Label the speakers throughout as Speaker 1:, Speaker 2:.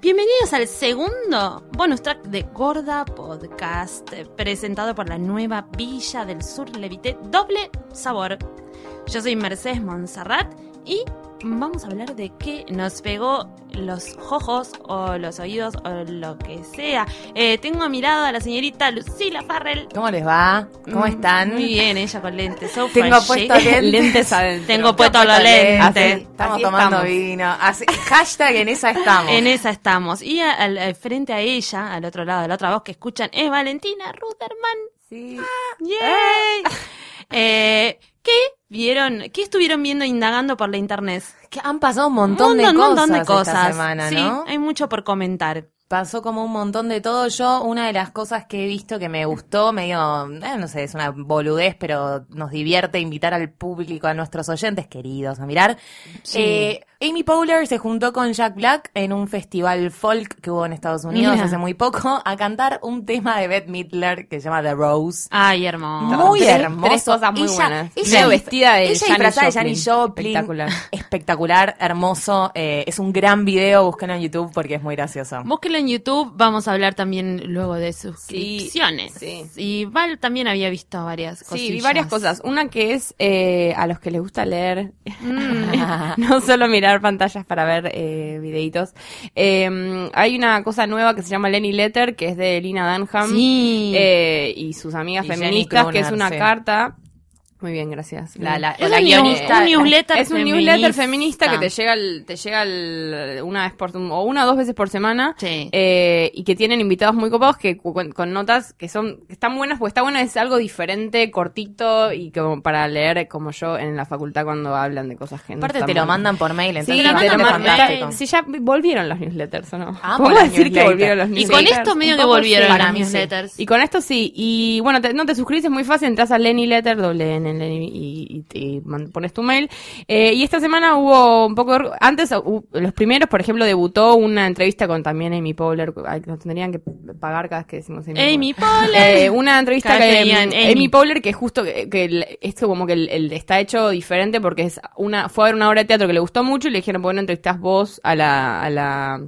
Speaker 1: Bienvenidos al segundo bonus track de Gorda Podcast, eh, presentado por la nueva Villa del Sur Levité Doble Sabor. Yo soy Mercedes Monserrat y vamos a hablar de qué nos pegó los ojos o los oídos o lo que sea. Eh, tengo a mi lado a la señorita Lucila Farrell.
Speaker 2: ¿Cómo les va? ¿Cómo
Speaker 1: Mm,
Speaker 2: están?
Speaker 1: Muy bien, ella con lentes. so
Speaker 2: Tengo
Speaker 1: flashy.
Speaker 2: puesto lentes.
Speaker 3: adentro.
Speaker 1: Tengo puesto los lentes.
Speaker 2: Así, estamos
Speaker 3: Aquí
Speaker 2: tomando
Speaker 3: estamos.
Speaker 2: vino. Así, hashtag en esa estamos.
Speaker 1: En e- esa estamos. Y al, al frente a ella, al otro lado de la otra voz que escuchan, es Valentina Ruderman.
Speaker 2: Sí. Ah,
Speaker 3: Ah.
Speaker 1: ¡Yay! Eh, ¿Qué vieron? ¿Qué estuvieron viendo e indagando por la internet?
Speaker 2: Que han pasado un montón, de, cosas esta semana,
Speaker 1: sí,
Speaker 2: ¿no?
Speaker 1: hay mucho por comentar.
Speaker 2: Pasó como un montón de todo. Yo, una de las cosas que he visto que me gustó, medio, eh, no sé, es una boludez, pero nos divierte invitar al público, a nuestros oyentes queridos a mirar.
Speaker 1: Sí.
Speaker 2: Eh, Amy Powler se juntó con Jack Black en un festival folk que hubo en Estados Unidos
Speaker 1: Mira.
Speaker 2: hace muy poco a cantar un tema de Beth Midler que se llama The Rose.
Speaker 1: Ay, hermoso.
Speaker 2: Muy
Speaker 3: Ah, Tres-
Speaker 2: hermoso.
Speaker 3: tres cosas muy
Speaker 2: Ella-
Speaker 3: buenas.
Speaker 2: ella
Speaker 3: Medio
Speaker 2: dif-
Speaker 3: vestida de
Speaker 2: ella
Speaker 3: Janis
Speaker 2: disfrazada de
Speaker 3: Joplin.
Speaker 2: Janis Joplin.
Speaker 3: Espectacular.
Speaker 2: Espectacular, hermoso. eh, es un gran video, búsquenlo en YouTube porque es muy gracioso.
Speaker 1: Búsquelo en YouTube, vamos a hablar también luego de suscripciones.
Speaker 3: sí.
Speaker 1: Y Val también había visto varias cosas.
Speaker 3: Sí, vi varias cosas. Una que es eh, a los que les gusta leer,
Speaker 2: Mm.
Speaker 3: no solo mirar pantallas para ver eh, videitos. Eh, hay una cosa nueva que se llama Lenny Letter, que es de Lina Dunham
Speaker 1: Sí.
Speaker 3: Um, eh, y sus amigas
Speaker 2: Y Jenny
Speaker 3: feministas, que es
Speaker 2: Kruner,
Speaker 3: una
Speaker 2: sí.
Speaker 3: carta. Muy bien, gracias.
Speaker 2: La- la-
Speaker 1: Es un, news-
Speaker 2: guionista.
Speaker 1: un newsletter
Speaker 3: es un
Speaker 1: feminista.
Speaker 3: newsletter feminista que te llega al- te llega al- una vez por o una o dos veces por semana
Speaker 1: Sí.
Speaker 3: eh, y que tienen invitados muy copados que cu- con, con notas que son que están buenas porque está bueno es algo diferente cortito y como para leer como yo en la facultad cuando hablan de cosas que no
Speaker 2: Aparte
Speaker 3: están
Speaker 2: te lo
Speaker 3: buenas.
Speaker 2: mandan por mail,
Speaker 3: Sí,
Speaker 2: entonces
Speaker 3: te lo
Speaker 1: mandan
Speaker 2: bastante
Speaker 1: por
Speaker 3: mandan.
Speaker 1: mail.
Speaker 2: fantástico.
Speaker 3: Si ya volvieron los newsletters o no.
Speaker 2: Ah,
Speaker 3: Podemos
Speaker 2: por los
Speaker 3: decir que
Speaker 2: newsletters.
Speaker 3: volvieron los
Speaker 1: Y
Speaker 3: newsletters.
Speaker 1: con esto medio
Speaker 3: Un
Speaker 1: que
Speaker 3: poco
Speaker 1: volvieron
Speaker 2: para
Speaker 1: las
Speaker 2: mí sí.
Speaker 1: newsletters.
Speaker 3: y con esto sí, y bueno, te- no te suscribes, es muy fácil, entras a Lenny Letter, doble N, Lenny, y, y- y man- pones tu mail. Eh, y esta semana hubo un poco, de or- antes, uh, los primeros, por ejemplo, debutó una entrevista con también Amy Powler, ay, que nos tendrían que pagar cada vez que decimos
Speaker 1: Amy
Speaker 3: eh,
Speaker 1: Poehler.
Speaker 3: una entrevista
Speaker 1: Cada vez
Speaker 3: que
Speaker 1: que digan
Speaker 3: mm,
Speaker 1: Amy.
Speaker 3: Amy. Powler que justo que, que el- esto como que el, el- está hecho diferente porque es una fue a ver una obra de teatro que le gustó mucho y le dijeron bueno entrevistás vos a la a la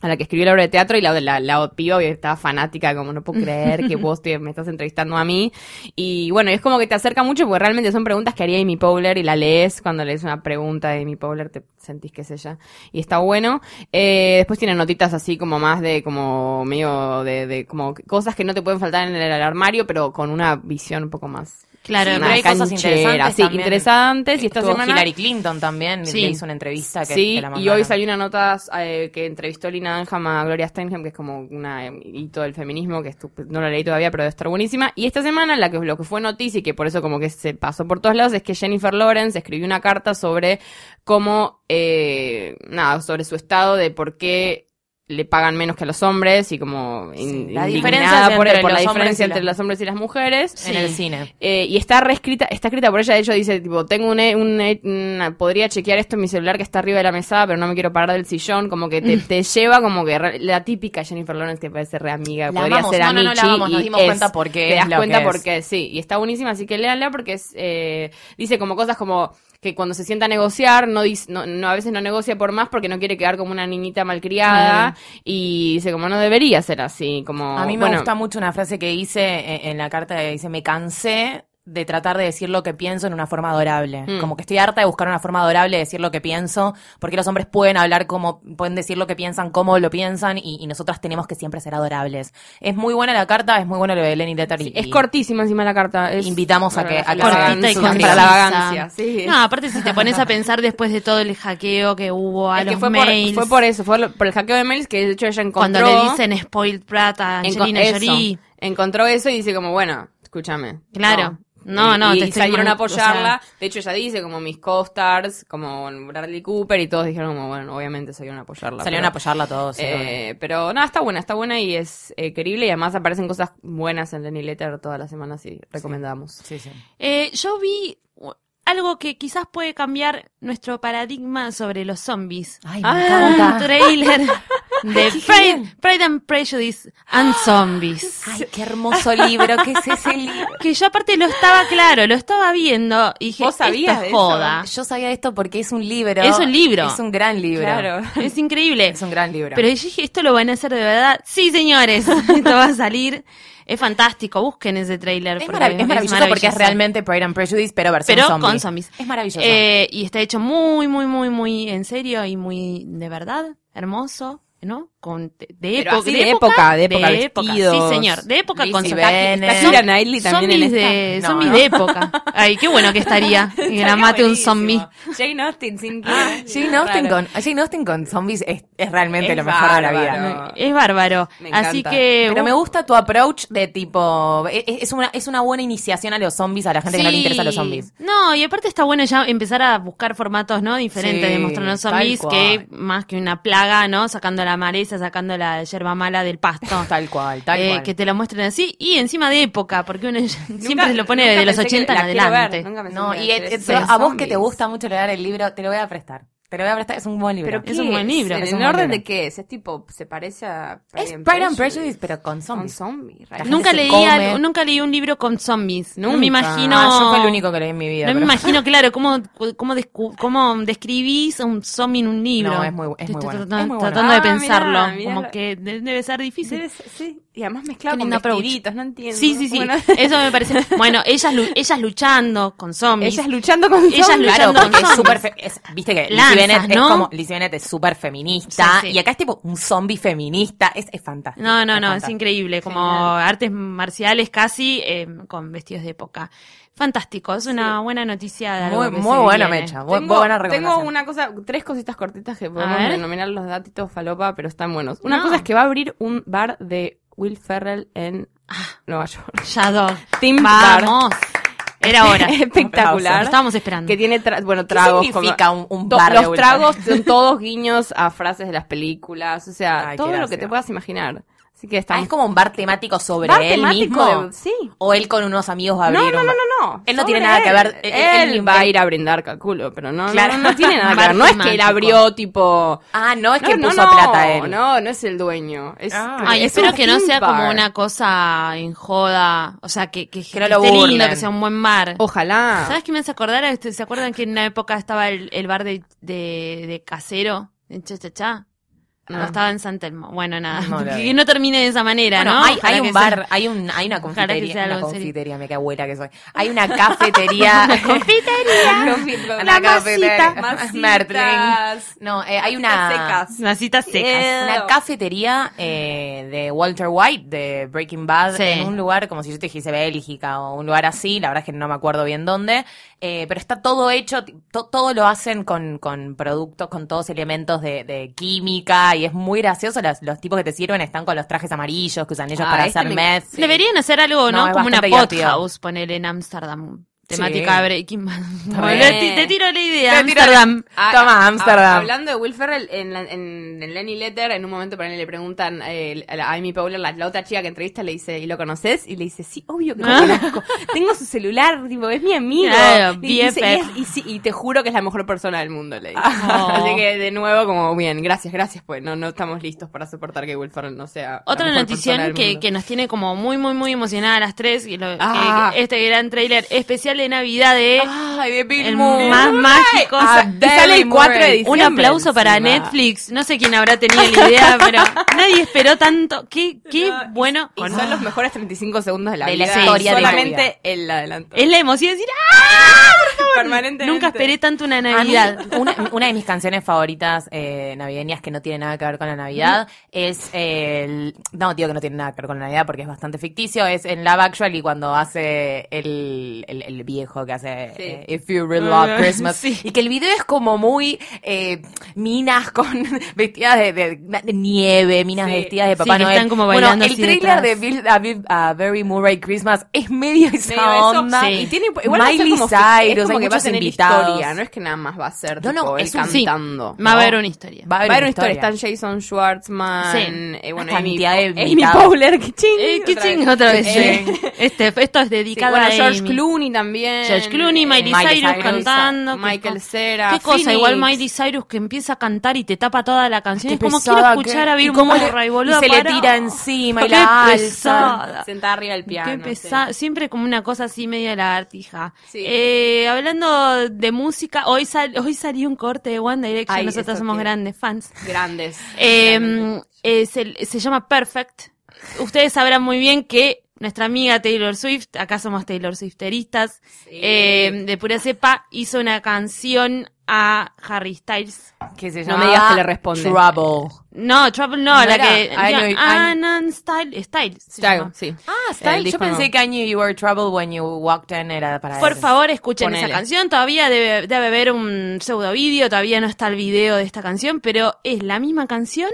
Speaker 3: a la que escribió la obra de teatro y la la, la piba que estaba fanática como no puedo creer que vos te- me estás entrevistando a mí y bueno es como que te acerca mucho porque realmente son preguntas que haría Amy Powler y la lees cuando lees una pregunta de Amy Powler te sentís que es ella y está bueno. Eh, después tiene notitas así como más de como medio de, de como cosas que no te pueden faltar en el, armario, pero con una visión un poco más
Speaker 1: Claro,
Speaker 2: Sí,
Speaker 1: pero
Speaker 3: más
Speaker 2: hay cosas interesantes
Speaker 3: sí,
Speaker 2: también.
Speaker 3: interesantes y esta
Speaker 2: Estuvo
Speaker 3: semana
Speaker 2: Hillary Clinton también
Speaker 1: Sí.
Speaker 2: le hizo una entrevista que
Speaker 3: Sí,
Speaker 2: que la
Speaker 3: y hoy
Speaker 2: mandaron.
Speaker 3: salió una nota eh, que entrevistó Lina Dunham a Gloria Steinem, que es como una eh, hito del feminismo, que estu- no la leí todavía, pero debe estar buenísima. Y esta semana la que, lo que fue noticia y que por eso como que se pasó por todos lados es que Jennifer Lawrence escribió una carta sobre cómo, eh, nada, sobre su estado de por qué le pagan menos que a los hombres y como in-
Speaker 2: Sí, la
Speaker 3: indignada
Speaker 2: diferencia
Speaker 3: por,
Speaker 2: entre
Speaker 3: por la
Speaker 2: los hombres
Speaker 3: diferencia
Speaker 2: y la-
Speaker 3: entre los hombres y las mujeres.
Speaker 2: en el cine.
Speaker 3: Eh, y está reescrita, está escrita por ella, de hecho dice, tipo, tengo un, e- un e- una- podría chequear esto en mi celular que está arriba de la mesa, pero no me quiero parar del sillón, como que te,
Speaker 2: Mm.
Speaker 3: te lleva como que re- la típica Jennifer Lawrence que parece re amiga, que
Speaker 2: La
Speaker 3: podría
Speaker 2: amamos.
Speaker 3: ser
Speaker 2: No, no, no, la
Speaker 3: amichi,
Speaker 2: amamos, nos
Speaker 3: y
Speaker 2: dimos
Speaker 3: es-
Speaker 2: cuenta por qué
Speaker 3: Te
Speaker 2: es
Speaker 3: das
Speaker 2: lo
Speaker 3: cuenta
Speaker 2: que
Speaker 3: por
Speaker 2: es.
Speaker 3: qué, sí, y está buenísima, así que léala porque es, eh, dice como cosas como que cuando se sienta a negociar, no, dis- no, no- a veces no negocia por más porque no quiere quedar como una niñita malcriada, y dice como no debería ser así, como...
Speaker 2: Mm. A mí me
Speaker 3: bueno,
Speaker 2: gusta mucho una frase que hice en, en la carta que dice, me cansé de tratar de decir lo que pienso en una forma adorable.
Speaker 3: Mm.
Speaker 2: Como que estoy harta de buscar una forma adorable de decir lo que pienso, porque los hombres pueden hablar como, pueden decir lo que piensan, cómo lo piensan, y, y nosotras tenemos que siempre ser adorables. Es muy buena la carta, es muy bueno lo de Lenny Letter. y-
Speaker 3: Es cortísima eima la carta. es-
Speaker 2: Invitamos a que- a que
Speaker 3: Para
Speaker 2: se
Speaker 3: la-
Speaker 2: hagan
Speaker 1: Cortita y
Speaker 2: su-
Speaker 3: para la
Speaker 1: concisa.
Speaker 3: vagancia. Sí.
Speaker 1: No, aparte si te pones a pensar después de todo el hackeo que hubo a
Speaker 3: Es
Speaker 1: los
Speaker 3: que fue por,
Speaker 1: mails.
Speaker 3: fue por eso, fue lo- por el hackeo de mails que de hecho ella encontró.
Speaker 1: Cuando le dicen spoiled brat a
Speaker 3: enco-
Speaker 1: Angelina
Speaker 3: eso,
Speaker 1: Jolie.
Speaker 3: encontró eso y dice como, bueno, escúchame.
Speaker 1: Claro. No,
Speaker 3: Y-
Speaker 1: no,
Speaker 3: y,
Speaker 1: te estoy
Speaker 3: salieron a
Speaker 1: mal- o sea-
Speaker 3: apoyarla. de hecho, ella dice como mis co-stars, como Bradley Cooper y todos dijeron como, bueno, obviamente salieron a apoyarla.
Speaker 2: Salieron a
Speaker 3: pero-
Speaker 2: apoyarla todos. sí, obvio.
Speaker 3: Eh, pero nada, está buena, está buena y es eh, querible y además aparecen cosas buenas en Lenny Letter todas las semanas y recomendamos.
Speaker 2: Sí, sí.
Speaker 1: Eh, yo vi u- algo que quizás puede cambiar nuestro paradigma sobre los zombies.
Speaker 2: Ay, me
Speaker 3: Ah,
Speaker 1: Un
Speaker 2: encanta.
Speaker 1: trailer de
Speaker 2: Qué
Speaker 1: Pride,
Speaker 2: genial.
Speaker 1: Pride and Prejudice and Zombies.
Speaker 2: Ay, qué hermoso libro, ¿qué es ese libro?
Speaker 1: Que yo aparte lo estaba claro, lo estaba viendo y dije,
Speaker 3: ¿Vos
Speaker 1: "Esto
Speaker 3: sabías de
Speaker 1: es
Speaker 3: eso?
Speaker 1: joda.
Speaker 2: Yo sabía esto porque es un libro.
Speaker 1: Es un libro.
Speaker 2: Es un gran libro.
Speaker 3: Claro.
Speaker 1: Es increíble.
Speaker 2: Es un gran libro.
Speaker 1: Pero yo dije, ¿esto lo van a hacer de verdad? Sí, señores, esto va a salir. Es fantástico, busquen ese trailer.
Speaker 2: es,
Speaker 1: porque
Speaker 2: marav- es maravilloso porque es
Speaker 1: maravilloso.
Speaker 2: realmente Pride and Prejudice, pero versión
Speaker 1: Pero
Speaker 2: zombie.
Speaker 1: con zombies.
Speaker 2: Es maravilloso.
Speaker 1: Eh, y está hecho muy, muy, muy, muy en serio y muy de verdad, hermoso, ¿no? Con, de, de
Speaker 3: Pero
Speaker 1: época,
Speaker 3: así de época, de época,
Speaker 1: época,
Speaker 3: vestidos.
Speaker 1: Sí, señor, de época con
Speaker 2: Lizzie
Speaker 1: soldati-
Speaker 2: Bennet.
Speaker 1: está-
Speaker 3: Keira Knightley también en
Speaker 1: Zombies
Speaker 3: esta.
Speaker 1: de,
Speaker 2: No,
Speaker 1: zombies
Speaker 2: no.
Speaker 1: de época. Ay, qué bueno que estaría. Que la
Speaker 3: Estaría
Speaker 1: mate un
Speaker 3: buenísimo.
Speaker 1: zombie. Ah,
Speaker 3: Jane Austen sin que-
Speaker 2: Jane, Austen
Speaker 3: Raro.
Speaker 2: con, Jane Austen con zombies es, es realmente
Speaker 3: Es
Speaker 2: lo mejor de la
Speaker 3: bárbaro.
Speaker 2: vida.
Speaker 3: No.
Speaker 1: Es bárbaro.
Speaker 3: Me encanta.
Speaker 1: Así que.
Speaker 2: Pero me
Speaker 1: uh,
Speaker 2: gusta tu approach de tipo. e- e- Es una, es una buena iniciación a los zombies, a la gente que no le
Speaker 1: sí.
Speaker 2: interesa los zombies.
Speaker 1: No, y aparte está bueno ya empezar a buscar formatos, ¿no? Diferentes
Speaker 2: Sí,
Speaker 1: de mostrar los
Speaker 2: tal
Speaker 1: zombies
Speaker 2: cual.
Speaker 1: que más que una plaga, ¿no? Sacando la maleza, sacando la yerba mala del pasto.
Speaker 2: Tal cual, tal
Speaker 1: Eh,
Speaker 2: cual.
Speaker 1: Que te lo muestren así y encima de época, porque uno ya- siempre
Speaker 3: Nunca-
Speaker 1: se lo pone
Speaker 3: nunca
Speaker 1: de los
Speaker 3: pensé que
Speaker 1: 80 en
Speaker 3: la quiero ver,
Speaker 1: adelante.
Speaker 3: nunca pensé
Speaker 2: No,
Speaker 3: que
Speaker 2: y
Speaker 3: iba a
Speaker 2: et-
Speaker 3: hacer
Speaker 2: et-
Speaker 3: eso.
Speaker 2: a
Speaker 3: Pero
Speaker 2: vos que te
Speaker 3: zombies.
Speaker 2: gusta mucho leer el libro, te lo voy a prestar. Te lo voy a prestar, es un buen libro.
Speaker 3: ¿Pero
Speaker 1: Es
Speaker 3: qué
Speaker 1: un buen libro.
Speaker 3: ¿En
Speaker 2: Es un
Speaker 3: el
Speaker 2: buen
Speaker 3: orden
Speaker 2: libro.
Speaker 3: de qué es? Es tipo, se parece a
Speaker 2: es Pride and Prejudice, pero con
Speaker 3: Con
Speaker 2: zombies. Ah,
Speaker 3: zombies.
Speaker 2: La gente
Speaker 1: Nunca
Speaker 2: se
Speaker 1: leí,
Speaker 2: come.
Speaker 1: al- nunca leí un libro con zombies. No
Speaker 3: Nunca.
Speaker 1: me imagino.
Speaker 2: Ah, yo fue el único que leí en mi vida.
Speaker 1: No me
Speaker 2: pero-
Speaker 1: imagino, claro, cómo, cómo, descu- cómo describís un zombie en un libro.
Speaker 2: No, es muy bu- es
Speaker 1: Estoy
Speaker 2: muy bueno.
Speaker 1: tratando-
Speaker 2: Es muy bueno.
Speaker 1: tratando de
Speaker 3: Ah, mirá,
Speaker 1: pensarlo.
Speaker 3: mirá.
Speaker 1: Como que de- debe ser difícil.
Speaker 3: Debe ser- sí, y además mezclado
Speaker 1: Qué
Speaker 3: con
Speaker 1: lindo approach.
Speaker 3: vestiditos, no entiendo.
Speaker 1: Sí, sí, sí.
Speaker 3: Bueno,
Speaker 1: Eso me parece. Bueno, ellas, lu- ellas luchando con zombies.
Speaker 3: ellas luchando con
Speaker 1: Ellas
Speaker 3: zombies.
Speaker 2: Claro,
Speaker 1: luchando
Speaker 2: porque
Speaker 1: con
Speaker 2: es súper.
Speaker 1: zombies.
Speaker 2: fe- es- Viste que
Speaker 1: Lanzas,
Speaker 2: Lizzie Bennet
Speaker 1: ¿no?
Speaker 2: es como. Lizzie Bennet es súper feminista.
Speaker 1: Sí, sí.
Speaker 2: Y acá es tipo un zombie feminista. Es, es fantástico.
Speaker 1: No, no, no, es
Speaker 2: fantástico.
Speaker 1: increíble. Como
Speaker 3: Genial.
Speaker 1: artes marciales casi eh, con vestidos de época. Fantástico, es una buena noticia de algo
Speaker 2: Muy,
Speaker 1: que
Speaker 2: muy
Speaker 1: se
Speaker 2: buena,
Speaker 1: viene.
Speaker 2: Mecha. Bu-
Speaker 3: Tengo,
Speaker 2: buena
Speaker 3: tengo
Speaker 2: recomendación.
Speaker 3: una cosa, tres cositas cortitas que
Speaker 1: ver.
Speaker 3: podemos denominar los datitos falopa, pero están buenos. Una
Speaker 1: No.
Speaker 3: cosa es que va a abrir un bar de Will Ferrell en
Speaker 1: Ah.
Speaker 3: Nueva York.
Speaker 1: Shadow.
Speaker 3: Team
Speaker 1: Vamos. Era hora. Lo
Speaker 3: Espectacular.
Speaker 1: estábamos esperando.
Speaker 3: Que tiene, tra- bueno, tragos.
Speaker 2: significa un- un
Speaker 3: to-
Speaker 2: bar de
Speaker 3: Los
Speaker 2: Will
Speaker 3: tragos son todos guiños a frases de las películas, o sea,
Speaker 2: Ay, qué
Speaker 3: todo lo que
Speaker 2: gracia.
Speaker 3: te puedas imaginar. Así que
Speaker 2: Ah,
Speaker 3: estamos...
Speaker 2: es como un bar temático sobre
Speaker 3: Bar
Speaker 2: él
Speaker 3: temático
Speaker 2: mismo.
Speaker 3: de- sí.
Speaker 2: O él con unos amigos va a abrir.
Speaker 3: No, no,
Speaker 2: un
Speaker 3: no,
Speaker 2: bar.
Speaker 3: no, no.
Speaker 2: Él no tiene
Speaker 3: Sobre
Speaker 2: nada que ver.
Speaker 3: Él,
Speaker 2: Él-
Speaker 3: Él va a ir a brindar, calculo, pero no, no,
Speaker 2: Claro.
Speaker 3: no, no tiene nada que
Speaker 1: Bar
Speaker 3: ver. No es que él
Speaker 1: temático.
Speaker 3: abrió tipo.
Speaker 2: Ah, no es
Speaker 3: no,
Speaker 2: que
Speaker 3: no,
Speaker 2: puso
Speaker 3: no,
Speaker 2: plata él.
Speaker 3: No, no es el dueño. Es,
Speaker 2: Ah.
Speaker 1: Ay,
Speaker 3: es
Speaker 1: espero
Speaker 3: un
Speaker 1: que no
Speaker 3: theme
Speaker 1: sea como
Speaker 3: bar.
Speaker 1: una cosa en joda. O sea, que, que, que
Speaker 2: no lo
Speaker 1: esté lindo,
Speaker 2: burlen.
Speaker 1: que sea un buen bar.
Speaker 2: Ah.
Speaker 3: Ojalá.
Speaker 1: ¿Sabes qué me hace acordar? a este- ¿Se acuerdan que en una época estaba el, el bar de, de, de casero? En Cha Cha Cha. No.
Speaker 3: No.
Speaker 1: estaba en San Telmo. Bueno, nada.
Speaker 2: Ah. No la vi.
Speaker 1: que no termine de esa manera,
Speaker 2: Bueno,
Speaker 1: ¿no?
Speaker 2: hay,
Speaker 1: Ojalá
Speaker 2: hay
Speaker 1: que
Speaker 2: un
Speaker 1: sea-
Speaker 2: bar, hay, un, hay
Speaker 1: Ojalá que
Speaker 2: una
Speaker 1: sea
Speaker 2: confitería. Una
Speaker 1: algo en serio.
Speaker 2: confitería, mira qué abuela que soy. Hay una cafetería.
Speaker 1: Confitería.
Speaker 3: Confitería.
Speaker 2: una cafetería.
Speaker 3: Masitas.
Speaker 2: Mertling. No, eh, hay una.
Speaker 3: Secas.
Speaker 1: Las citas secas.
Speaker 3: Eh,
Speaker 2: una cafetería eh, de Walter White, de Breaking Bad,
Speaker 1: Sí.
Speaker 2: en un lugar como si yo te dijese Bélgica o un lugar así, la verdad es que no me acuerdo bien dónde, eh, pero está todo hecho, ti- to- todo lo hacen con, con productos, con todos elementos de, de química y es muy gracioso, los, los tipos que te sirven están con los trajes amarillos que usan ellos
Speaker 3: Ah,
Speaker 2: para
Speaker 3: este
Speaker 2: hacer
Speaker 3: me-
Speaker 2: meth.
Speaker 3: sí.
Speaker 1: Deberían hacer algo,
Speaker 2: No,
Speaker 1: ¿no?
Speaker 2: es
Speaker 1: Como una
Speaker 2: bastante
Speaker 1: pot
Speaker 2: divertido.
Speaker 1: house, poner en Ámsterdam. Temática
Speaker 2: Sí.
Speaker 1: Breaking Bad.
Speaker 2: También.
Speaker 1: Te- te, tiro la idea.
Speaker 2: Te tiro la-
Speaker 1: Ámsterdam.
Speaker 3: Ah,
Speaker 2: Toma,
Speaker 3: ah,
Speaker 2: Ámsterdam.
Speaker 3: ah, Hablando de Will Ferrell, en, la- en, en Lenny Letter, en un momento para él le preguntan eh, a la- a Amy Powler, la, la otra chica que entrevista, le dice, ¿y lo conoces? Y le dice, sí, obvio que lo
Speaker 1: Ah.
Speaker 3: conozco. Tengo su celular, tipo, es mi amigo.
Speaker 1: Claro,
Speaker 3: y,
Speaker 1: BFF.
Speaker 3: dice, "Y es- y sí, y te juro que es la mejor persona del mundo, le dice.
Speaker 1: Ah.
Speaker 3: Así que, de nuevo, como, bien, gracias, gracias, pues no, no estamos listos para soportar que Will Ferrell no sea la
Speaker 1: Otra
Speaker 3: mejor persona
Speaker 1: notición
Speaker 3: del
Speaker 1: que,
Speaker 3: mundo.
Speaker 1: que nos tiene como muy, muy, muy emocionada a las tres. Y lo-
Speaker 3: Ah.
Speaker 1: que- que este gran trailer especial de Navidad de
Speaker 2: Ay, de Bill
Speaker 1: el
Speaker 2: Murray.
Speaker 1: más mágico.
Speaker 2: A
Speaker 1: Sa-
Speaker 2: Bill
Speaker 3: sale el 4 de
Speaker 2: Murray.
Speaker 3: diciembre.
Speaker 1: Un aplauso para
Speaker 3: Ah, encima.
Speaker 1: Netflix. No sé quién habrá tenido la idea, pero nadie esperó tanto. Qué, qué
Speaker 3: No, y-
Speaker 1: bueno.
Speaker 3: Y
Speaker 1: con-
Speaker 3: son los mejores 35 segundos de la
Speaker 2: De la
Speaker 3: vida.
Speaker 2: historia
Speaker 1: de la
Speaker 3: Solamente
Speaker 2: vida.
Speaker 3: el adelanto.
Speaker 1: Es la emoción de decir ¡Ah! por favor!
Speaker 3: Permanentemente.
Speaker 1: Nunca esperé tanto una
Speaker 2: A mí,
Speaker 1: Navidad.
Speaker 2: una, una de mis canciones favoritas eh, navideñas que no tiene nada que ver con la Navidad es el. No, tío, que no tiene nada que ver con la Navidad porque es bastante ficticio. Es en Love Actually cuando hace el, el, el viejo que hace
Speaker 3: Sí.
Speaker 2: eh, If You Really Love Christmas.
Speaker 1: Sí.
Speaker 2: Y que el video es como muy eh, minas con vestidas de, de- de nieve, minas
Speaker 3: Sí.
Speaker 2: vestidas de
Speaker 1: Sí,
Speaker 2: Papá
Speaker 1: que
Speaker 2: Noel.
Speaker 1: están como
Speaker 2: bueno,
Speaker 1: bailando
Speaker 2: el
Speaker 1: así
Speaker 2: trailer de
Speaker 1: detrás.
Speaker 2: Bill, a, Bill- a Very Murray Christmas es medio esa
Speaker 3: Medio eso,
Speaker 2: onda.
Speaker 3: sí. Y tiene igual va a ser
Speaker 2: Miley
Speaker 3: como,
Speaker 2: Cyrus,
Speaker 3: es como
Speaker 2: hay
Speaker 3: que va a
Speaker 2: muchos
Speaker 3: tener
Speaker 2: invitados.
Speaker 3: historia, no es que nada más va a ser
Speaker 2: No, no,
Speaker 3: tipo, él
Speaker 2: es un-
Speaker 1: Sí.
Speaker 3: cantando.
Speaker 1: Va a haber una historia.
Speaker 2: Va a haber,
Speaker 3: Va a haber una historia.
Speaker 2: historia.
Speaker 3: Están Jason Schwartzman.
Speaker 1: Sí.
Speaker 3: Eh, bueno,
Speaker 2: Una
Speaker 3: Amy,
Speaker 2: cantidad de
Speaker 3: Amy
Speaker 2: invitados.
Speaker 3: Powler. Que ching.
Speaker 1: Eh, qué
Speaker 3: otra
Speaker 1: ching,
Speaker 3: vez.
Speaker 1: otra vez.
Speaker 3: Eh,
Speaker 1: sí. Este, esto es
Speaker 3: sí,
Speaker 1: dedicado
Speaker 3: bueno,
Speaker 1: a
Speaker 3: George
Speaker 1: Amy.
Speaker 3: Clooney también. eh,
Speaker 1: George Clooney, Miley,
Speaker 2: Miley
Speaker 1: Cyrus,
Speaker 2: Cyrus,
Speaker 1: cantando. qué
Speaker 3: Michael
Speaker 1: co-
Speaker 3: Cera.
Speaker 1: Qué cosa,
Speaker 3: Phoenix.
Speaker 1: igual Miley Cyrus que empieza a cantar y te tapa toda la canción.
Speaker 2: Qué
Speaker 1: es como quiero
Speaker 2: pesada
Speaker 1: escuchar
Speaker 2: que-
Speaker 1: a Bill
Speaker 2: y cómo le-
Speaker 1: Murray,
Speaker 2: y
Speaker 1: boludo.
Speaker 2: se le
Speaker 1: pará.
Speaker 2: tira encima y
Speaker 1: Qué
Speaker 2: la alza.
Speaker 1: pesada.
Speaker 3: Sentada arriba del piano.
Speaker 1: Qué pesa- Siempre como una cosa así media lagartija.
Speaker 3: Sí.
Speaker 1: Eh, hablando de música, hoy, sal- hoy salió un corte de One Direction.
Speaker 3: Ay,
Speaker 1: Nosotros
Speaker 3: eso
Speaker 1: somos
Speaker 3: que-
Speaker 1: grandes fans.
Speaker 3: sí. Grandes.
Speaker 1: Eh, eh, se, se llama Perfect. Ustedes sabrán muy bien que nuestra amiga Taylor Swift, acá somos Taylor Swifteristas, eh, de pura cepa, hizo una canción a Harry Styles.
Speaker 2: Que se
Speaker 3: No
Speaker 2: llamaba
Speaker 3: me digas que le responde.
Speaker 2: Ah, Trouble.
Speaker 1: No, Trouble no,
Speaker 2: No
Speaker 1: la
Speaker 2: era
Speaker 1: que...
Speaker 2: I know- I-
Speaker 1: Anan Style, Styles. se llama.
Speaker 3: Claro, sí.
Speaker 2: Ah,
Speaker 3: Style,
Speaker 2: Yo
Speaker 3: disco
Speaker 2: pensé
Speaker 3: no.
Speaker 2: que I knew you were trouble when you walked in era para
Speaker 1: Por
Speaker 2: ese.
Speaker 1: favor, escuchen
Speaker 3: Ponele.
Speaker 1: esa canción. Todavía debe, debe haber un pseudo vídeo, todavía no está el video de esta canción, pero es la misma canción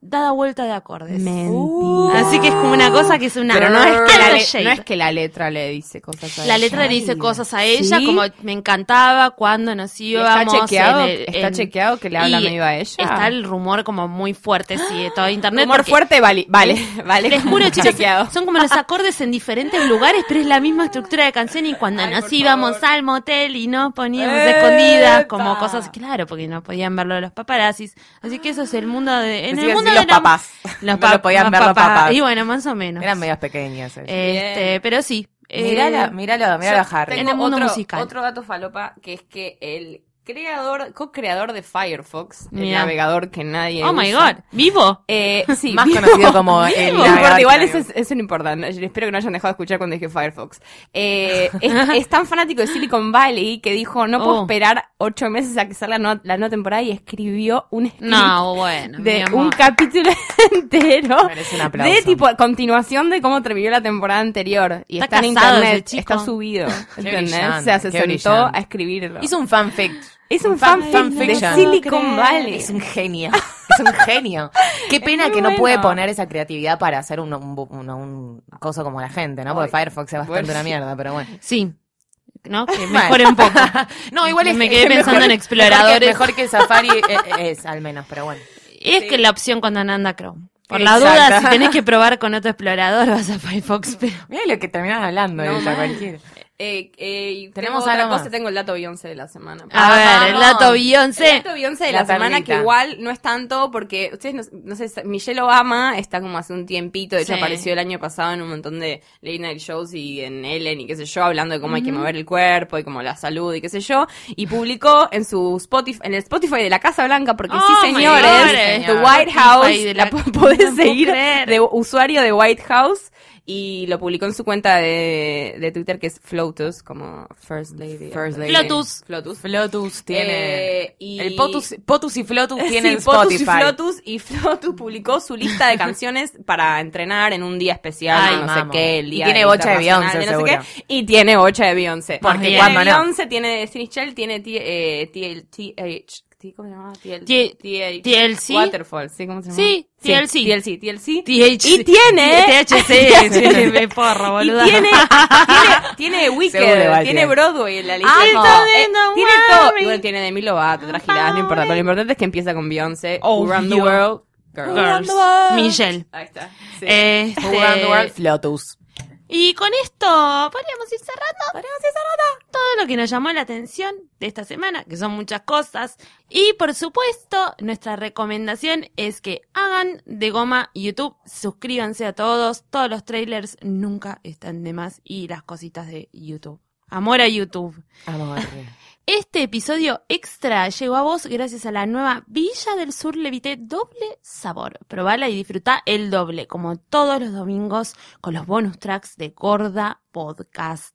Speaker 1: dada vuelta de acordes. Uh.
Speaker 2: Mentira.
Speaker 1: Así que es como una cosa que es una...
Speaker 3: Pero no es, que la
Speaker 1: Total
Speaker 3: le-
Speaker 1: shade.
Speaker 3: no es que la letra le dice cosas a
Speaker 1: La
Speaker 3: ella.
Speaker 1: letra le dice
Speaker 2: Ay.
Speaker 1: cosas a ella,
Speaker 3: ¿Sí?
Speaker 1: como me encantaba cuando nos
Speaker 3: Y Está
Speaker 1: íbamos.
Speaker 3: chequeado,
Speaker 1: en el-
Speaker 3: está
Speaker 1: en-
Speaker 3: chequeado que le habla
Speaker 1: Y
Speaker 3: medio a ella.
Speaker 1: Está el rumor como muy fuerte, sí, de todo internet.
Speaker 3: Humor
Speaker 1: porque-
Speaker 3: fuerte, vale, vale, vale.
Speaker 1: Les juro, chicos,
Speaker 3: Chequeado.
Speaker 1: son como los acordes en diferentes lugares, pero es la misma estructura de canción. Y cuando
Speaker 3: Ay,
Speaker 1: nos
Speaker 3: por
Speaker 1: íbamos
Speaker 3: favor.
Speaker 1: al motel y no poníamos
Speaker 3: ¡Epa!
Speaker 1: escondidas, como cosas, claro, porque no podían verlo los paparazzis. Así que eso es el mundo de. En
Speaker 2: Decía
Speaker 1: el
Speaker 2: así,
Speaker 1: mundo
Speaker 2: los
Speaker 1: de la-
Speaker 2: papás.
Speaker 1: Los
Speaker 2: No lo
Speaker 1: pap-
Speaker 2: podían ver los
Speaker 1: papás.
Speaker 2: papás.
Speaker 1: Y bueno, más o menos.
Speaker 2: Eran medias pequeñas. Eh,
Speaker 1: Este, pero sí.
Speaker 2: míralo,
Speaker 1: eh,
Speaker 2: míralo, míralo a Harry.
Speaker 1: en el mundo
Speaker 3: otro,
Speaker 1: musical.
Speaker 3: Otro dato falopa que es que el creador, co-creador de Firefox, el
Speaker 1: Mira.
Speaker 3: navegador que nadie.
Speaker 1: Oh my
Speaker 3: usa,
Speaker 1: god, vivo.
Speaker 3: Eh, sí,
Speaker 2: Más
Speaker 3: vivo.
Speaker 2: conocido como el
Speaker 3: No importa,
Speaker 2: navegador
Speaker 3: igual
Speaker 2: que
Speaker 3: eso es,
Speaker 2: nadie
Speaker 3: eso no importa. no, yo espero que no hayan dejado de escuchar cuando dije Firefox. Eh, es, es tan fanático de Silicon Valley que dijo: No puedo
Speaker 1: Oh.
Speaker 3: esperar ocho meses a que salga la, no- la nueva temporada y escribió un script
Speaker 1: No, bueno. mi
Speaker 3: de
Speaker 1: amor.
Speaker 3: un capítulo entero
Speaker 2: Merece un aplauso.
Speaker 3: de tipo continuación de cómo terminó la temporada anterior y
Speaker 1: Está
Speaker 3: está, en
Speaker 1: casado ese
Speaker 3: internet
Speaker 1: chico.
Speaker 3: está subido ¿entendés?
Speaker 2: brillante,
Speaker 3: o sea se
Speaker 2: qué
Speaker 3: sentó
Speaker 2: brillante.
Speaker 3: a escribirlo
Speaker 2: Hizo un fanfic.
Speaker 3: es un
Speaker 2: fan-
Speaker 3: fanfic
Speaker 2: fanfiction.
Speaker 3: de Silicon
Speaker 1: No
Speaker 3: Valley
Speaker 2: Es un genio. Es un genio. Qué pena
Speaker 3: muy
Speaker 2: que no puede
Speaker 3: bueno.
Speaker 2: poner esa creatividad para hacer un, un, un- un coso como la gente, ¿no? Porque
Speaker 3: Ay,
Speaker 2: Firefox es bastante
Speaker 3: bueno.
Speaker 2: una mierda, pero bueno.
Speaker 1: Sí. ¿No? Que
Speaker 2: Bueno.
Speaker 1: mejore un poco.
Speaker 2: No, igual es
Speaker 1: Me quedé pensando en
Speaker 2: explorador
Speaker 1: exploradores.
Speaker 2: Mejor que, Safari eh, es, al menos, pero bueno.
Speaker 1: Es que la opción cuando no anda Chrome. Por la
Speaker 2: Exacto.
Speaker 1: duda, si tenés que probar con otro explorador, vas a Firefox, pero.
Speaker 2: Mira lo que terminan hablando,
Speaker 3: No,
Speaker 2: ella,
Speaker 3: mal.
Speaker 2: cualquiera.
Speaker 3: Eh, eh, y
Speaker 2: Tenemos
Speaker 3: tengo otra
Speaker 2: algo más.
Speaker 3: cosa tengo el dato Beyoncé de la semana
Speaker 1: A
Speaker 2: Ah,
Speaker 1: ver, el
Speaker 2: vamos.
Speaker 1: dato
Speaker 3: El
Speaker 1: Beyoncé.
Speaker 3: dato Beyoncé de
Speaker 2: La
Speaker 3: la, semana
Speaker 2: perlita.
Speaker 3: que igual no es tanto porque ustedes no, no sé, Michelle Obama está como hace un tiempito, de hecho
Speaker 1: Sí.
Speaker 3: apareció el año pasado en un montón de Late Night Shows y en Ellen y qué sé yo, hablando de cómo hay que mover el cuerpo y como la salud y qué sé yo, y publicó en su Spotify, en el Spotify de la Casa Blanca, porque
Speaker 1: Oh,
Speaker 3: sí
Speaker 1: my
Speaker 3: señores,
Speaker 1: God.
Speaker 3: The White
Speaker 1: Spotify
Speaker 3: House,
Speaker 1: de
Speaker 3: la,
Speaker 1: la-
Speaker 3: po- podés
Speaker 1: no puedo
Speaker 3: seguir
Speaker 1: creer.
Speaker 3: de usuario de White House. Y lo publicó en su cuenta de, de Twitter que es Flotus, como First Lady.
Speaker 2: First Lady.
Speaker 1: Flotus.
Speaker 3: Flotus.
Speaker 2: Flotus tiene.
Speaker 3: Eh, y-
Speaker 2: El Potus, Potus y Flotus
Speaker 3: Sí,
Speaker 2: tienen
Speaker 3: Potus
Speaker 2: Spotify.
Speaker 3: y Flotus y Flotus publicó su lista de canciones para entrenar en un día especial,
Speaker 2: Ay,
Speaker 3: no
Speaker 2: vamos.
Speaker 3: sé qué, el
Speaker 2: Y
Speaker 3: día
Speaker 2: tiene bocha de
Speaker 3: internacional
Speaker 2: Beyoncé,
Speaker 3: no sé
Speaker 2: seguro.
Speaker 3: qué, y tiene bocha de Beyoncé.
Speaker 2: Porque
Speaker 3: tiene
Speaker 2: cuando no.
Speaker 3: Beyoncé, tiene Sinichel, tiene T- eh, TL TH, ¿cómo se llama? TL
Speaker 1: T- TLC.
Speaker 3: Waterfall, ¿sí? ¿Cómo se llama?
Speaker 1: Sí, TLC.
Speaker 3: TLC, TLC.
Speaker 1: THC.
Speaker 3: Y tiene-
Speaker 1: THC. sí, me porro, boluda.
Speaker 3: Y tiene, tiene, tiene
Speaker 2: Seguro va
Speaker 3: Wicked,
Speaker 2: al
Speaker 3: tiene
Speaker 2: día.
Speaker 3: Broadway en la lista.
Speaker 2: Ay,
Speaker 3: Como, eh,
Speaker 2: está
Speaker 1: bien, no
Speaker 3: tiene todo.
Speaker 1: worry.
Speaker 3: Y bueno, tiene Demi Lovato, otras giradas, no importa. Pero lo importante es que empieza con Beyoncé,
Speaker 2: Obvio.
Speaker 3: Around the World, Girl.
Speaker 1: Girls. Michelle.
Speaker 3: Ahí está. Sí.
Speaker 1: Este,
Speaker 2: Around the world, Flotus.
Speaker 1: Y con esto podríamos ir cerrando. Todo lo que nos llamó la atención de esta semana, que son muchas cosas. Y por supuesto, nuestra recomendación es que hagan de goma YouTube, suscríbanse a todos, todos los trailers nunca están de más y las cositas de YouTube. Amor a YouTube.
Speaker 2: Amor.
Speaker 1: Este episodio extra llegó a vos gracias a la nueva Villa del Sur Levité Doble Sabor. Probala y disfruta el doble, como todos los domingos, con los bonus tracks de Gorda Podcast.